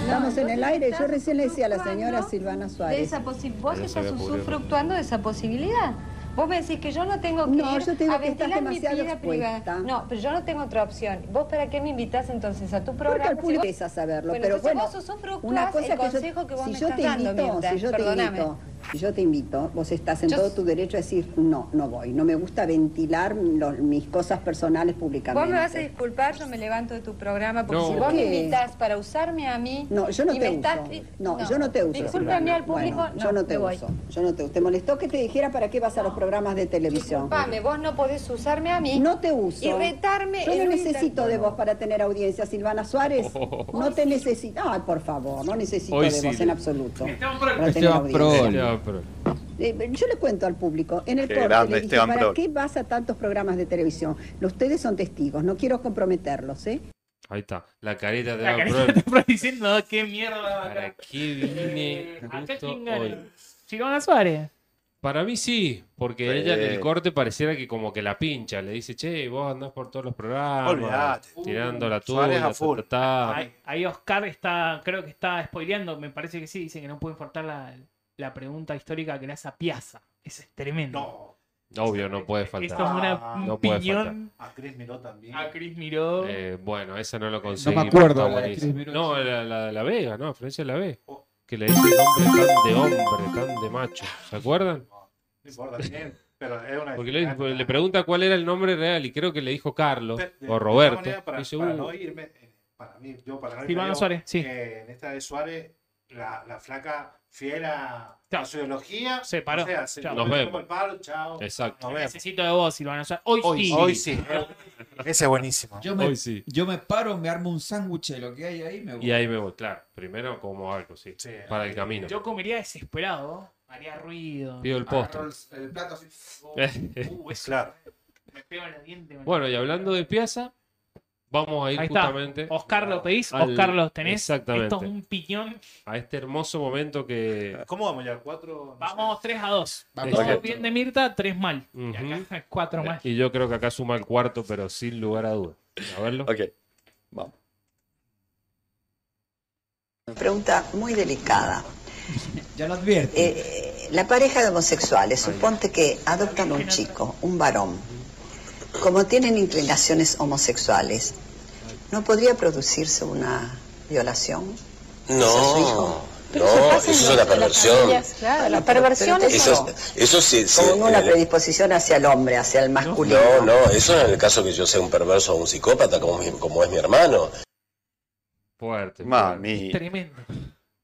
Speaker 5: Estamos en el aire, yo recién le decía a la señora Silvana
Speaker 12: de
Speaker 5: Suárez.
Speaker 12: esa posi- vos
Speaker 5: Pero se
Speaker 12: estás
Speaker 5: había ocurrido.
Speaker 12: usufructuando de esa posibilidad. Vos me decís que yo no tengo que
Speaker 5: No,
Speaker 12: ir
Speaker 5: yo te digo
Speaker 12: a
Speaker 5: que estás
Speaker 12: ventilar mi
Speaker 5: demasiado
Speaker 12: vida privada. No, pero yo no tengo otra opción. ¿Vos para qué me invitás entonces a tu
Speaker 5: Porque
Speaker 12: programa?
Speaker 5: al público
Speaker 12: si vos-
Speaker 5: interesa saberlo,
Speaker 12: Bueno,
Speaker 5: pero
Speaker 12: entonces
Speaker 5: bueno,
Speaker 12: vos usufructuás
Speaker 5: una cosa
Speaker 12: el
Speaker 5: que
Speaker 12: consejo
Speaker 5: yo,
Speaker 12: que vos
Speaker 5: si
Speaker 12: me
Speaker 5: yo
Speaker 12: estás
Speaker 5: te
Speaker 12: dando,
Speaker 5: invito,
Speaker 12: Mirta,
Speaker 5: si yo
Speaker 12: perdóname.
Speaker 5: te invito, si yo te invito, vos estás en
Speaker 12: Yo-
Speaker 5: todo tu derecho a decir no, no voy, no me gusta ventilar los- mis cosas personales públicamente.
Speaker 12: Vos me vas a disculpar, yo me levanto de tu programa porque
Speaker 5: No.
Speaker 12: si
Speaker 5: ¿Por
Speaker 12: vos me
Speaker 5: qué?
Speaker 12: invitás para usarme a mí
Speaker 5: No, yo no
Speaker 12: y
Speaker 5: te
Speaker 12: me
Speaker 5: uso.
Speaker 12: estás-
Speaker 5: No, yo no te uso.
Speaker 12: Discúlpame
Speaker 5: Silvana.
Speaker 12: al público,
Speaker 5: Bueno,
Speaker 12: no,
Speaker 5: yo no te
Speaker 12: me voy.
Speaker 5: uso. Yo no te uso. Te molestó que te dijera para qué vas a los programas de televisión.
Speaker 12: Disculpame, vos no podés usarme a mí.
Speaker 5: No te uso.
Speaker 12: Y retarme
Speaker 5: Yo
Speaker 12: en
Speaker 5: no
Speaker 12: un
Speaker 5: necesito de
Speaker 12: interno.
Speaker 5: vos para tener audiencia, Silvana Suárez.
Speaker 1: Oh.
Speaker 5: No te necesito. Ay, por favor, no necesito
Speaker 1: Hoy
Speaker 5: de
Speaker 1: sí.
Speaker 5: vos en absoluto. para tener
Speaker 7: Esteban
Speaker 5: audiencia.
Speaker 7: Prol.
Speaker 1: Esteban Prol.
Speaker 5: Eh, yo le cuento al público, en el
Speaker 3: Qué
Speaker 5: corte
Speaker 3: grande
Speaker 5: le dije,
Speaker 3: Esteban
Speaker 5: ¿para
Speaker 3: Prol.
Speaker 5: qué vas a tantos programas de televisión? Ustedes son testigos, no quiero comprometerlos, ¿eh?
Speaker 1: Ahí está, la careta de
Speaker 2: La
Speaker 1: Esteban
Speaker 2: carita
Speaker 1: Prol.
Speaker 2: te está diciendo qué mierda. Eh,
Speaker 1: ¿Para qué vine justo
Speaker 2: quién gana?
Speaker 1: hoy?
Speaker 2: Silvana Suárez.
Speaker 1: Para mí sí, porque
Speaker 3: Sí.
Speaker 1: ella en el corte pareciera que como que la pincha, le dice, che, vos andás por todos los programas,
Speaker 8: Olvidate.
Speaker 1: Ah,
Speaker 2: Uh,
Speaker 1: tirando la
Speaker 8: Uh,
Speaker 1: tota.
Speaker 8: Suárez a
Speaker 1: tuya, ta,
Speaker 8: full.
Speaker 1: ta, ta.
Speaker 2: Ahí, ahí Oscar está, creo que está spoileando, me parece que sí, dice que no pueden faltar la, la pregunta histórica que le hace a Piazza. Eso es tremendo.
Speaker 8: No.
Speaker 1: Obvio, no puede faltar.
Speaker 2: Esto es una
Speaker 1: no puede faltar.
Speaker 2: opinión
Speaker 8: A Chris Miró también.
Speaker 2: a Cris Miró.
Speaker 1: Eh, bueno, esa no lo conseguí.
Speaker 7: acuerdo,
Speaker 1: está
Speaker 7: la de Cris
Speaker 1: buenísimo.
Speaker 7: Miró.
Speaker 1: No, la, la de la Vega, no, Florencia la ve. Que le dice hombre tan de hombre, tan de macho. ¿Se acuerdan?
Speaker 8: No importa quién, pero es una.
Speaker 1: Porque le, le pregunta cuál era el nombre real y creo que le dijo Carlos
Speaker 8: de- de
Speaker 1: o
Speaker 8: esta
Speaker 1: Roberto.
Speaker 8: manera, para,
Speaker 1: Y dice,
Speaker 8: para
Speaker 1: "Uh,
Speaker 8: no irme, eh, para mí, yo para no irme,
Speaker 2: Silvana
Speaker 8: digo,
Speaker 2: Suárez, sí.
Speaker 8: que en esta de Suárez, la, la flaca fiel a,
Speaker 2: Chao.
Speaker 8: a su ideología.
Speaker 2: Se paró.
Speaker 8: o sea, se
Speaker 2: Chao.
Speaker 1: Nos
Speaker 8: volvió
Speaker 1: vemos.
Speaker 8: como el palo, chao.
Speaker 1: Exacto.
Speaker 8: Nos vemos.
Speaker 2: Necesito de vos, Silvana Suárez. Hoy,
Speaker 8: Hoy
Speaker 2: sí.
Speaker 8: sí. Hoy sí. Ese es buenísimo.
Speaker 7: Yo me,
Speaker 1: Hoy sí.
Speaker 7: yo me paro, me armo un sándwich de lo que hay ahí me voy.
Speaker 1: Y ahí me voy, claro. Primero como algo, sí. para el camino.
Speaker 2: Yo comería desesperado, haría ruido.
Speaker 1: Pido el postre.
Speaker 7: el plato así.
Speaker 2: Uh, eso
Speaker 8: Claro.
Speaker 2: me pego en los dientes. me-
Speaker 1: Bueno, y hablando de Piazza, vamos a ir
Speaker 2: Ahí está.
Speaker 1: justamente
Speaker 2: Oscar lo pedís,
Speaker 1: al-
Speaker 2: Oscar lo tenés.
Speaker 1: Exactamente.
Speaker 2: Esto es un piñón.
Speaker 1: a este hermoso momento que...
Speaker 8: ¿Cómo vamos ya? ¿Cuatro?
Speaker 2: Vamos 3 a 2.
Speaker 1: Vamos.
Speaker 2: Dos
Speaker 1: Exacto.
Speaker 2: bien de Mirta, 3 mal. Y
Speaker 1: Ujú.
Speaker 2: acá 4 mal.
Speaker 1: Y yo creo que acá suma el cuarto, pero sin lugar a dudas. A verlo.
Speaker 3: Ok, vamos.
Speaker 10: Una pregunta muy delicada.
Speaker 7: Ya lo advierto.
Speaker 10: Eh, la pareja de homosexuales, suponte que adoptan un chico, un varón.
Speaker 13: como tienen inclinaciones homosexuales, ¿no podría producirse una violación?
Speaker 14: No,
Speaker 13: Pero eso
Speaker 14: no,
Speaker 13: pasa en
Speaker 14: eso es
Speaker 13: los-
Speaker 14: una
Speaker 13: en las
Speaker 14: perversión.
Speaker 13: familias, claro, la perversión es
Speaker 14: Eso,
Speaker 13: eso.
Speaker 14: eso sí, sí,
Speaker 13: Como
Speaker 14: en
Speaker 13: una
Speaker 14: el-
Speaker 13: predisposición hacia el hombre, hacia el masculino.
Speaker 14: No, no, eso es en el caso que yo sea un perverso o un psicópata, como, mi- como es mi hermano.
Speaker 1: Fuerte.
Speaker 3: Mami.
Speaker 2: Tremendo.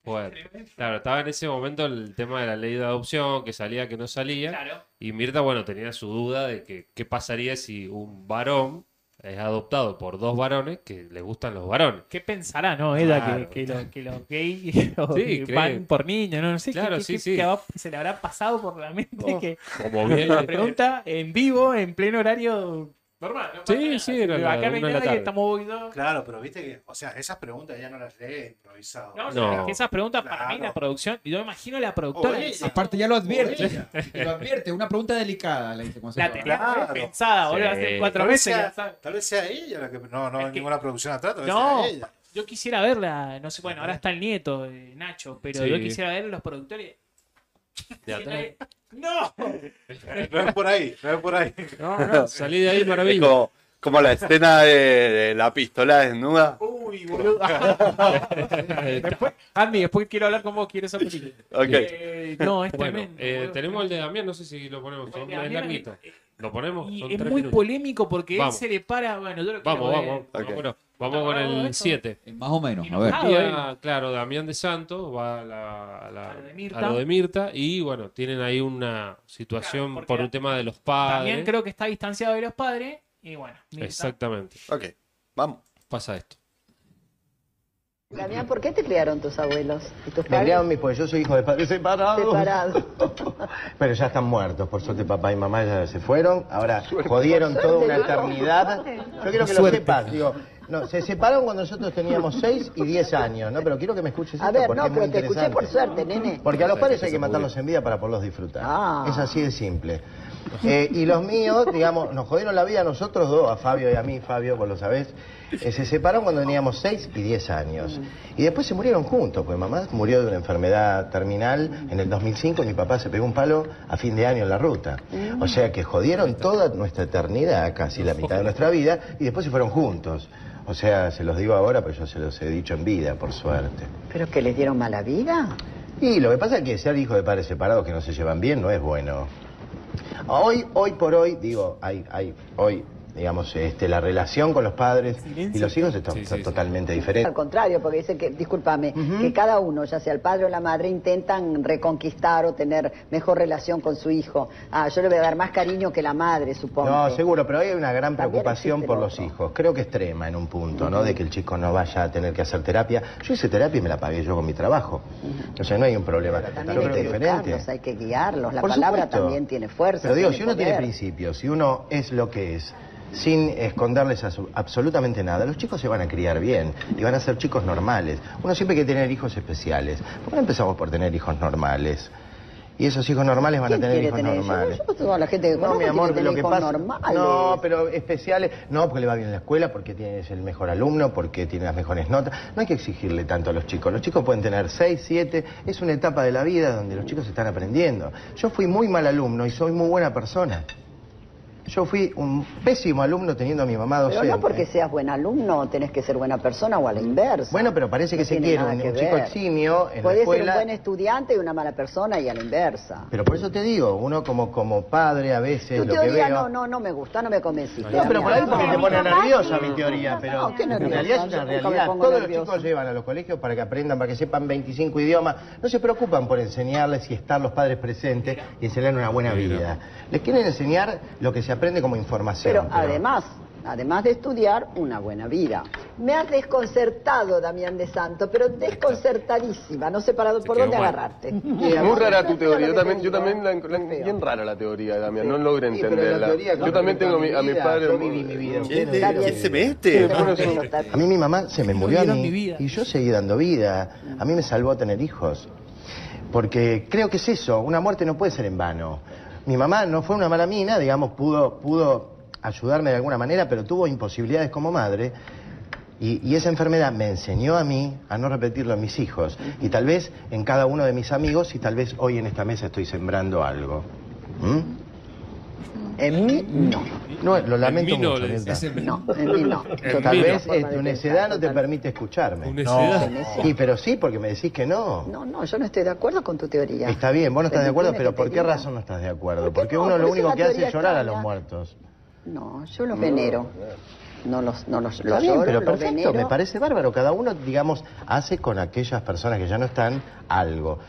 Speaker 1: Fuerte. Claro, estaba en ese momento el tema de la ley de adopción, que salía, que no salía. Y Mirta, bueno, tenía su duda de que qué pasaría si un varón es adoptado por dos varones que le gustan los varones.
Speaker 2: ¿Qué pensará, Ah, no, Eda,
Speaker 1: Claro.
Speaker 2: que, que, lo- que los gays los
Speaker 1: Sí,
Speaker 2: que van
Speaker 1: cree.
Speaker 2: por niños? No, no sé qué-
Speaker 1: Claro,
Speaker 2: qué,
Speaker 1: sí,
Speaker 2: qué-
Speaker 1: sí.
Speaker 2: qué va- se le habrá pasado por la mente que
Speaker 1: Como bien-
Speaker 2: la pregunta en vivo, en pleno horario normal. ¿no?
Speaker 1: Sí, sí, era la,
Speaker 2: Acá no
Speaker 1: una
Speaker 2: hay
Speaker 1: de la
Speaker 2: nada y
Speaker 1: tarde.
Speaker 2: estamos hoy dos.
Speaker 8: Claro, pero viste que, o sea, esas preguntas ya no las lee improvisado.
Speaker 2: No, no, es que esas preguntas para mí la producción, yo imagino la productora. "Oh, eh".
Speaker 8: Oye,
Speaker 7: Oh, eh, Aparte ya lo advierte.
Speaker 8: Oye.
Speaker 7: lo advierte. Una pregunta delicada le dice
Speaker 2: La
Speaker 7: Concepción.
Speaker 2: tenía pensada, boludo, hace cuatro
Speaker 8: Tal vez
Speaker 2: meses. que la
Speaker 8: sea-
Speaker 2: sabe.
Speaker 8: Tal vez sea ella la que. No, no,
Speaker 2: Es
Speaker 8: hay
Speaker 2: que-
Speaker 8: ninguna producción atrás, tal vez
Speaker 2: No,
Speaker 8: sea ella.
Speaker 2: yo quisiera verla, no sé, bueno, ahora está el nieto, eh, Nacho, pero
Speaker 1: Sí.
Speaker 2: yo quisiera ver los productores.
Speaker 1: De atrás.
Speaker 2: ¡No!
Speaker 8: No es por ahí, no es por ahí.
Speaker 1: No, no, salí de ahí
Speaker 3: Es
Speaker 1: maravilla.
Speaker 3: como, como la escena de, Eh, de la pistola desnuda.
Speaker 2: Uy, boludo. después, Andy, después quiero hablar con vos, quiero esa película.
Speaker 3: Ok.
Speaker 2: Eh, no, es
Speaker 1: Bueno,
Speaker 2: tremendo.
Speaker 1: eh,
Speaker 2: boludo.
Speaker 1: tenemos el de Damián, no sé si lo ponemos,
Speaker 2: El de
Speaker 1: es
Speaker 2: Damián
Speaker 1: larguito.
Speaker 3: eh,
Speaker 1: Lo ponemos.
Speaker 2: Y
Speaker 1: son
Speaker 2: es
Speaker 1: tres
Speaker 2: muy
Speaker 1: minutos.
Speaker 2: polémico porque
Speaker 1: Vamos.
Speaker 2: él se le para. Bueno, yo lo quiero
Speaker 1: Vamos,
Speaker 2: ver.
Speaker 1: vamos. vamos, bueno, vamos con
Speaker 2: Vamos,
Speaker 1: el
Speaker 2: eso.
Speaker 1: 7.
Speaker 7: Más o menos, a ver.
Speaker 2: Ah,
Speaker 1: Un
Speaker 2: ¿eh?
Speaker 1: día, claro, Damián de Santos va a, la- a la-
Speaker 2: de Mirta.
Speaker 1: a lo de Mirta y bueno, tienen ahí una situación por un tema de los padres.
Speaker 2: También creo que está distanciado de los padres. Y bueno, ni
Speaker 1: Exactamente.
Speaker 3: Ok, vamos.
Speaker 1: Pasa esto.
Speaker 5: Damián, ¿por qué te criaron tus abuelos y tus
Speaker 15: Me
Speaker 5: padres?
Speaker 15: criaron mis pues yo soy hijo de padres separados.
Speaker 5: Separados.
Speaker 15: Pero ya están muertos, por suerte papá y mamá ya se fueron. Ahora jodieron
Speaker 5: Por suerte,
Speaker 15: toda una
Speaker 5: ¿no?
Speaker 15: eternidad. Yo quiero que lo
Speaker 5: Suerte.
Speaker 15: sepas, digo, no, se separaron cuando nosotros teníamos 6 y 10 años, ¿no? Pero quiero que me escuches esto
Speaker 5: A ver,
Speaker 15: porque
Speaker 5: no,
Speaker 15: es muy
Speaker 5: pero te escuché
Speaker 15: interesante.
Speaker 5: por suerte, nene.
Speaker 15: Porque a los padres hay que matarlos en vida para poderlos disfrutar.
Speaker 5: Ah.
Speaker 15: Es así de simple. Eh, y los míos, digamos, nos jodieron la vida a nosotros dos, a Fabio y a mí, Fabio, vos lo sabés. eh, se separaron cuando teníamos 6 y 10 años. Y después se murieron juntos, pues mamá murió de una enfermedad terminal en el 2005 y mi papá se pegó un palo a fin de año en la ruta. O sea que jodieron toda nuestra eternidad, casi la mitad de nuestra vida, y después se fueron juntos. O sea, se los digo ahora, pero yo se los he dicho en vida, por suerte.
Speaker 5: ¿Pero que les dieron mala vida?
Speaker 15: Y lo que pasa es que ser hijo de padres separados que no se llevan bien no es bueno. Hoy, hoy por hoy, digo, hay, hay, hoy, digamos, este, la relación con los padres y los hijos está, está totalmente
Speaker 5: Al
Speaker 15: diferente.
Speaker 5: contrario, porque dice que, discúlpame, que cada uno, ya sea el padre o la madre, intentan reconquistar o tener mejor relación con su hijo. Ah, yo le voy a dar más cariño que la madre, supongo.
Speaker 15: No, seguro, pero hoy hay una gran
Speaker 5: También
Speaker 15: preocupación
Speaker 5: existe
Speaker 15: por
Speaker 5: lo
Speaker 15: los hijos. Creo que extrema en un punto, ¿no? De que el chico no vaya a tener que hacer terapia. Yo hice terapia y me la pagué yo con mi trabajo. O sea, no hay un problema.
Speaker 5: También
Speaker 15: Yo
Speaker 5: hay
Speaker 15: creo
Speaker 5: que
Speaker 15: que es diferente.
Speaker 5: educarlos, hay que guiarlos. La
Speaker 15: Por
Speaker 5: palabra
Speaker 15: supuesto.
Speaker 5: también tiene fuerza.
Speaker 15: Pero digo,
Speaker 5: tiene
Speaker 15: si uno tiene
Speaker 5: poder.
Speaker 15: principios, si uno es lo que es, sin esconderles asu- absolutamente nada, los chicos se van a criar bien y van a ser chicos normales. Uno siempre quiere tener hijos especiales. ¿Por qué no empezamos por tener hijos normales? Y esos hijos normales van a
Speaker 5: ¿Quién
Speaker 15: tener
Speaker 5: quiere
Speaker 15: hijos
Speaker 5: tener hijos?
Speaker 15: normales.
Speaker 5: Yo, toda la gente que
Speaker 15: No,
Speaker 5: conozco
Speaker 15: mi
Speaker 5: quiere
Speaker 15: amor,
Speaker 5: tener
Speaker 15: lo que
Speaker 5: hijos
Speaker 15: pasa.
Speaker 5: normales.
Speaker 15: No, pero especiales. No, porque le va bien en la escuela, porque tiene- es el mejor alumno, porque tiene las mejores notas. No hay que exigirle tanto a los chicos. Los chicos pueden tener 6, 7. Es una etapa de la vida donde los chicos están aprendiendo. Yo fui muy mal alumno y soy muy buena persona. Yo fui un pésimo alumno teniendo a mi mamá
Speaker 5: Pero
Speaker 15: docente.
Speaker 5: no porque seas buen alumno tenés que ser buena persona o a la inversa.
Speaker 15: Mm. Bueno, pero parece que
Speaker 5: No
Speaker 15: se
Speaker 5: tiene
Speaker 15: quiere
Speaker 5: nada
Speaker 15: un,
Speaker 5: que
Speaker 15: un chico
Speaker 5: ver.
Speaker 15: eximio en la
Speaker 5: Podés ser un
Speaker 15: escuela.
Speaker 5: buen estudiante y una mala persona y a la inversa.
Speaker 15: Pero por eso te digo, uno como, como padre a veces
Speaker 5: Tu
Speaker 15: lo que
Speaker 5: teoría
Speaker 15: veo...
Speaker 5: no, no, no me gustó, no me convenciste.
Speaker 15: No, pero por ahí porque te pone nerviosa mi teoría,
Speaker 5: No,
Speaker 15: ah, pero
Speaker 5: qué
Speaker 15: en
Speaker 5: nerviosa,
Speaker 15: realidad es
Speaker 5: yo
Speaker 15: una
Speaker 5: nunca me
Speaker 15: realidad.
Speaker 5: pongo
Speaker 15: Todos los
Speaker 5: nerviosa.
Speaker 15: chicos llevan a los colegios para que aprendan, para que sepan 25 idiomas. No se preocupan por enseñarles y estar los padres presentes y enseñar una buena vida. Les quieren enseñar lo que se aprende como información.
Speaker 5: Pero además, además de estudiar, una buena vida. Me has desconcertado, Damián de Santo, pero desconcertadísima. No sé para, por dónde agarrarte.
Speaker 16: Es muy rara tu teoría. Yo también, yo también la, la- bien rara la teoría, Damián. No logro
Speaker 15: Sí, pero la
Speaker 16: entenderla.
Speaker 15: teoría
Speaker 16: yo también tengo a mi- a mis
Speaker 15: vida,
Speaker 16: padres.
Speaker 15: yo viví mi vida.
Speaker 16: ¿Quién
Speaker 15: Está
Speaker 14: este,
Speaker 15: bien.
Speaker 16: se
Speaker 15: A mí mi mamá se me murió a
Speaker 16: dieron
Speaker 15: mí
Speaker 16: mi vida. Mm.
Speaker 15: y yo seguí dando vida. A mí me salvó tener hijos. Porque creo que es eso, una muerte no puede ser en vano. Mi mamá no fue una mala mina, digamos, pudo, pudo ayudarme de alguna manera, pero tuvo imposibilidades como madre. Y, y esa enfermedad me enseñó a mí a no repetirlo en mis hijos. Y tal vez en cada uno de mis amigos y tal vez hoy en esta mesa estoy sembrando algo. ¿Mm?
Speaker 5: En mí no.
Speaker 15: No, lo lamento
Speaker 1: mí no,
Speaker 15: mucho,
Speaker 1: le
Speaker 15: Nelda.
Speaker 1: dice. Es en-
Speaker 15: No, en mí no.
Speaker 1: En
Speaker 15: Tal
Speaker 1: mí
Speaker 15: vez
Speaker 1: no.
Speaker 15: eh, tu necedad no te permite escucharme.
Speaker 1: necedad.
Speaker 15: No. Sí, pero sí, porque me decís que no.
Speaker 5: No, no, yo no estoy de acuerdo con tu teoría.
Speaker 15: Está bien, vos no estás de acuerdo,
Speaker 5: Permitime
Speaker 15: pero
Speaker 5: que
Speaker 15: ¿por
Speaker 5: te
Speaker 15: qué
Speaker 5: diga.
Speaker 15: razón no estás de acuerdo? Porque
Speaker 5: no?
Speaker 15: uno lo
Speaker 5: Porque es
Speaker 15: único
Speaker 5: una
Speaker 15: que hace
Speaker 5: teoría
Speaker 15: es llorar a los
Speaker 5: extraña.
Speaker 15: muertos.
Speaker 5: No, yo los venero. No los, no los,
Speaker 15: Está
Speaker 5: los
Speaker 15: bien,
Speaker 5: lloro,
Speaker 15: pero
Speaker 5: los
Speaker 15: perfecto,
Speaker 5: venero.
Speaker 15: me parece bárbaro. Cada uno, digamos, hace con aquellas personas que ya no están algo.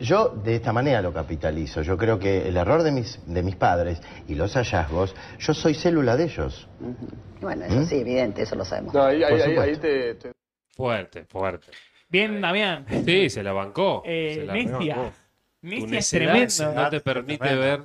Speaker 15: Yo de esta manera lo capitalizo. Yo creo que el error de mis, de mis padres y los hallazgos, yo soy célula de ellos. ¿Mm?
Speaker 5: Bueno, eso sí, evidente, eso lo sabemos.
Speaker 16: No, ahí,
Speaker 15: Por
Speaker 16: ahí, ahí,
Speaker 15: supuesto.
Speaker 16: ahí te, te-
Speaker 1: Fuerte, fuerte.
Speaker 2: Bien, Damián.
Speaker 1: Sí, se la bancó.
Speaker 2: Eh,
Speaker 1: se la
Speaker 2: Nestia.
Speaker 1: bancó. Tu
Speaker 2: Nestia es
Speaker 1: necedad
Speaker 2: tremendo.
Speaker 1: No te permite ver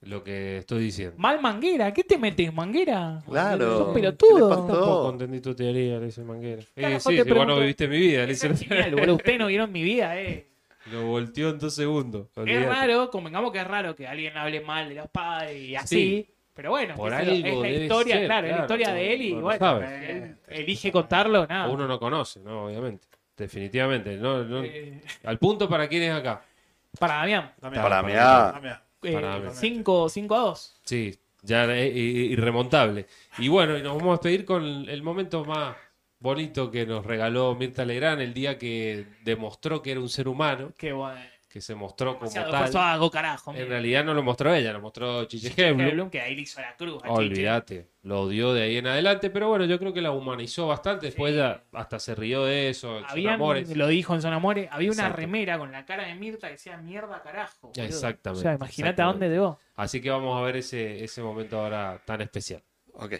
Speaker 1: lo que estoy diciendo.
Speaker 2: Mal manguera, ¿qué te metes, manguera?
Speaker 1: Claro.
Speaker 2: Sos pelotudo.
Speaker 1: ¿Qué le pasó? Tampoco entendí tu teoría, le dice Manguera. Eh,
Speaker 2: Carajo,
Speaker 1: sí,
Speaker 2: te
Speaker 1: si vos no
Speaker 2: pregunto-
Speaker 1: viviste mi vida, le dice.
Speaker 2: Genial, boludo, Ustedes no vieron mi vida, eh.
Speaker 1: Lo volteó en dos segundos.
Speaker 2: Es
Speaker 1: olvidate.
Speaker 2: raro, convengamos que es raro que alguien hable mal de los padres y así.
Speaker 1: Sí.
Speaker 2: Pero bueno,
Speaker 1: Por
Speaker 2: qué sé yo,
Speaker 1: algo
Speaker 2: es la
Speaker 1: debe
Speaker 2: historia,
Speaker 1: ser,
Speaker 2: claro, es la
Speaker 1: claro,
Speaker 2: historia de él y
Speaker 1: uno no
Speaker 2: bueno,
Speaker 1: sabe.
Speaker 2: él elige contarlo, nada.
Speaker 1: Uno no conoce, ¿no? Obviamente. Definitivamente. No, no- Al punto, ¿para quién es acá?
Speaker 2: Eh. Para Damián,
Speaker 1: Para
Speaker 3: mí.
Speaker 2: eh,
Speaker 1: Para mí.
Speaker 2: cinco- cinco a 2.
Speaker 1: Sí, ya es irremontable. Y bueno, y nos vamos a despedir con el momento más bonito que nos regaló Mirta Legrand el día que demostró que era un ser humano,
Speaker 2: Qué bueno.
Speaker 1: que se mostró como
Speaker 2: Demasiado
Speaker 1: tal.
Speaker 2: esfuerzo hago, carajo.
Speaker 1: En
Speaker 2: mira.
Speaker 1: realidad no lo mostró ella, lo mostró Chiche Hebblum.
Speaker 2: Heblum, que ahí le hizo la cruz. a Chiche.
Speaker 1: Olvídate, lo odió de ahí en adelante, pero bueno, yo creo que la humanizó bastante. Después ella hasta se rió de eso, en sus
Speaker 2: Había,
Speaker 1: amores.
Speaker 2: lo dijo en Son Amores, había una
Speaker 1: Exacto.
Speaker 2: remera con la cara de Mirta que decía mierda carajo. boludo".
Speaker 1: Exactamente.
Speaker 2: O sea, imagínate a
Speaker 1: exactamente.
Speaker 2: dónde debo.
Speaker 1: Así que vamos a ver ese, ese momento ahora tan especial.
Speaker 17: Ok.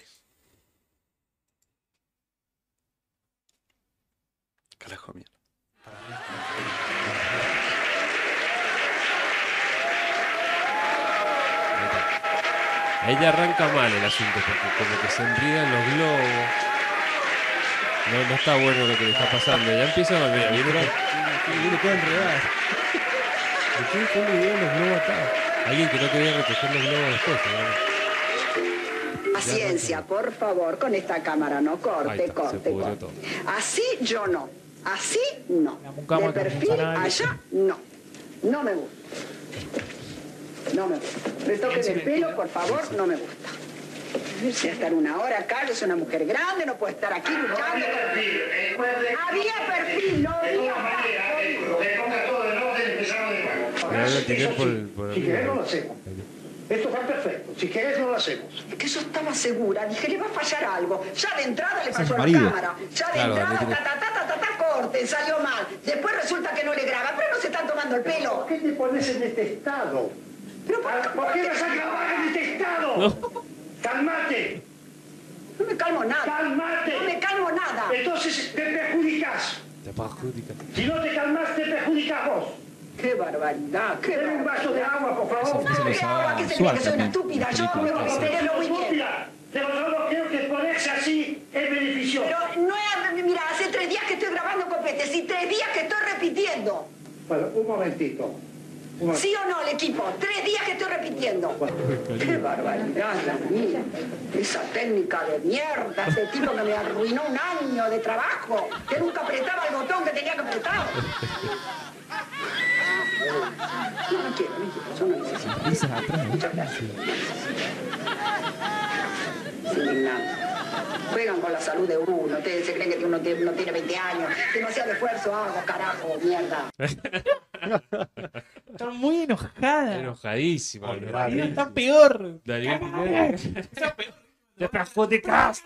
Speaker 17: Carajo mierda.
Speaker 1: Ella arranca mal el asunto porque como que se enrían los globos. No, no está bueno lo que le está pasando. Ya empieza a volver. Alguien que no quería recoger los globos después. seguramente.
Speaker 5: Paciencia, por favor, con esta cámara, no
Speaker 1: Ahí
Speaker 5: corte,
Speaker 1: está, se
Speaker 5: corte,
Speaker 1: pudrió
Speaker 5: corte.
Speaker 1: todo.
Speaker 5: Así yo no, así no.
Speaker 2: mucama
Speaker 5: De
Speaker 2: que
Speaker 5: perfil
Speaker 2: funciona,
Speaker 5: allá no. No me gusta. No me gusta. Retoques el pelo, por favor, no me gusta. Voy a estar una hora acá, yo soy una mujer grande, no puedo estar aquí luchando. Había perfil, no había
Speaker 1: Me van a tirar por el- por el-
Speaker 5: Si querés no lo hacemos. Esto está perfecto. Si querés no lo hacemos. Es que yo estaba segura. Dije, le va a fallar algo. Ya de entrada le
Speaker 7: Es
Speaker 5: falló
Speaker 7: el
Speaker 5: la
Speaker 7: marido.
Speaker 5: cámara. Ya de
Speaker 7: Claro,
Speaker 5: entrada,
Speaker 7: le tiene-
Speaker 5: ta, ta, ta, ta, ta, ta, corte, salió mal. Después resulta que no le graba. Pero no se están tomando el pelo. ¿Qué te pones en este estado? ¿Pero por, qué vas a grabar en este estado? ¡Calmate! No me calmo nada. ¡Calmate! No me calmo nada. Entonces te perjudicas.
Speaker 1: Te perjudica.
Speaker 5: Si no te calmas, te perjudicas vos. ¡Qué barbaridad! ¡Qué un vaso de agua, por favor!
Speaker 7: Eso se lo usaba
Speaker 5: que se diga
Speaker 7: Suárez
Speaker 5: que soy una
Speaker 7: también,
Speaker 5: estúpida!
Speaker 7: en
Speaker 5: ¡Yo
Speaker 7: la
Speaker 5: me
Speaker 7: película.
Speaker 5: voy a
Speaker 7: Eso.
Speaker 5: ponerlo muy bien! De verdad creo que ponerse así es beneficioso. Pero no es... Mira, hace tres días que estoy grabando copetes y tres días que estoy repitiendo.
Speaker 18: Bueno, un momentito.
Speaker 5: ¿Sí o no, el equipo? Tres días que estoy repitiendo. ¡Qué barbaridad, la mía! Esa técnica de mierda, ese tipo que me arruinó un año de trabajo, que nunca apretaba el botón que tenía que apretar. No, no quiero, no quiero, yo no necesito. Muchas gracias. Sin nada. Juegan con la salud de uno, ustedes se creen que uno tiene, uno tiene 20 años, demasiado esfuerzo hago, carajo, mierda.
Speaker 2: Está muy enojada.
Speaker 1: Enojadísima.
Speaker 2: Marido está peor.
Speaker 1: Daniel Pineda.
Speaker 2: Te perjudicas.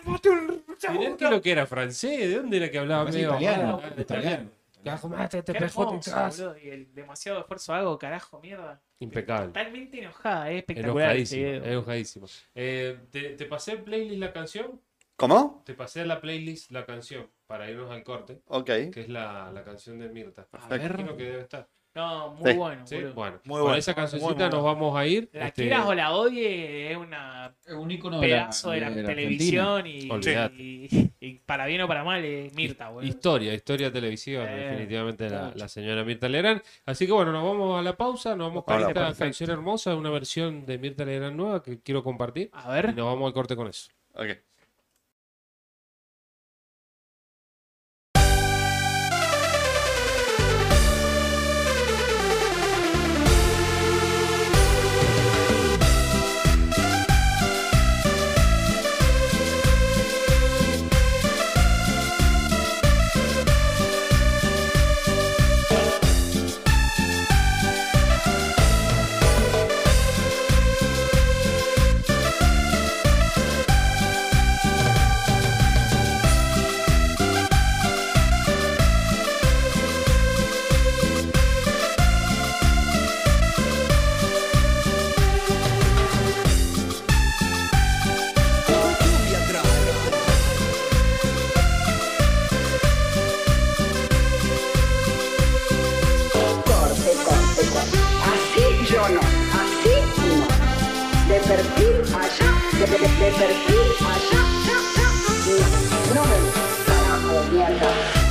Speaker 1: Mirá que lo que era francés, ¿de dónde era que hablaba
Speaker 2: Parece
Speaker 1: medio?
Speaker 2: italiano,
Speaker 1: Ah,
Speaker 2: italiano.
Speaker 1: Carajo, mate, te
Speaker 2: Qué hermoso,
Speaker 1: perjudicás.
Speaker 2: boludo, Y el demasiado esfuerzo hago, carajo, mierda.
Speaker 1: Impecable.
Speaker 2: Totalmente enojada, es espectacular. ese
Speaker 1: Enojadísimo,
Speaker 2: video.
Speaker 1: enojadísimo. Eh, ¿te, te pasé en playlist la canción?
Speaker 3: ¿Cómo?
Speaker 1: Te pasé a la playlist la canción para irnos al corte.
Speaker 3: Ok.
Speaker 1: Que es la, la canción de Mirta.
Speaker 3: ver.
Speaker 1: Imagino que debe estar.
Speaker 2: No, muy
Speaker 3: Sí.
Speaker 2: bueno.
Speaker 1: Sí,
Speaker 2: boludo.
Speaker 1: Bueno,
Speaker 3: Muy
Speaker 1: con
Speaker 3: bueno.
Speaker 1: esa cancioncita
Speaker 3: Muy, muy
Speaker 1: nos
Speaker 3: bueno.
Speaker 1: vamos a ir.
Speaker 2: La
Speaker 1: Este,
Speaker 2: quieras o la odie, es una
Speaker 7: un icono de la-
Speaker 2: pedazo de la,
Speaker 7: de la
Speaker 2: televisión y,
Speaker 1: Olvidate.
Speaker 2: y- y para bien o para mal es Mirta, boludo.
Speaker 1: Historia, historia televisiva,
Speaker 2: Eh,
Speaker 1: definitivamente la,
Speaker 2: mucho.
Speaker 1: la señora Mirta Legrand. Así que bueno, nos vamos a la pausa, nos vamos con
Speaker 2: Hola,
Speaker 1: esta
Speaker 2: perfecto.
Speaker 1: canción hermosa, una versión de Mirta Legrand nueva que quiero compartir.
Speaker 2: A ver.
Speaker 1: Y nos vamos al corte con eso.
Speaker 3: Ok.
Speaker 19: Mirta
Speaker 5: perfil allá, de, de- de perfil allá, ya, ya. No, no me carajo, mierda.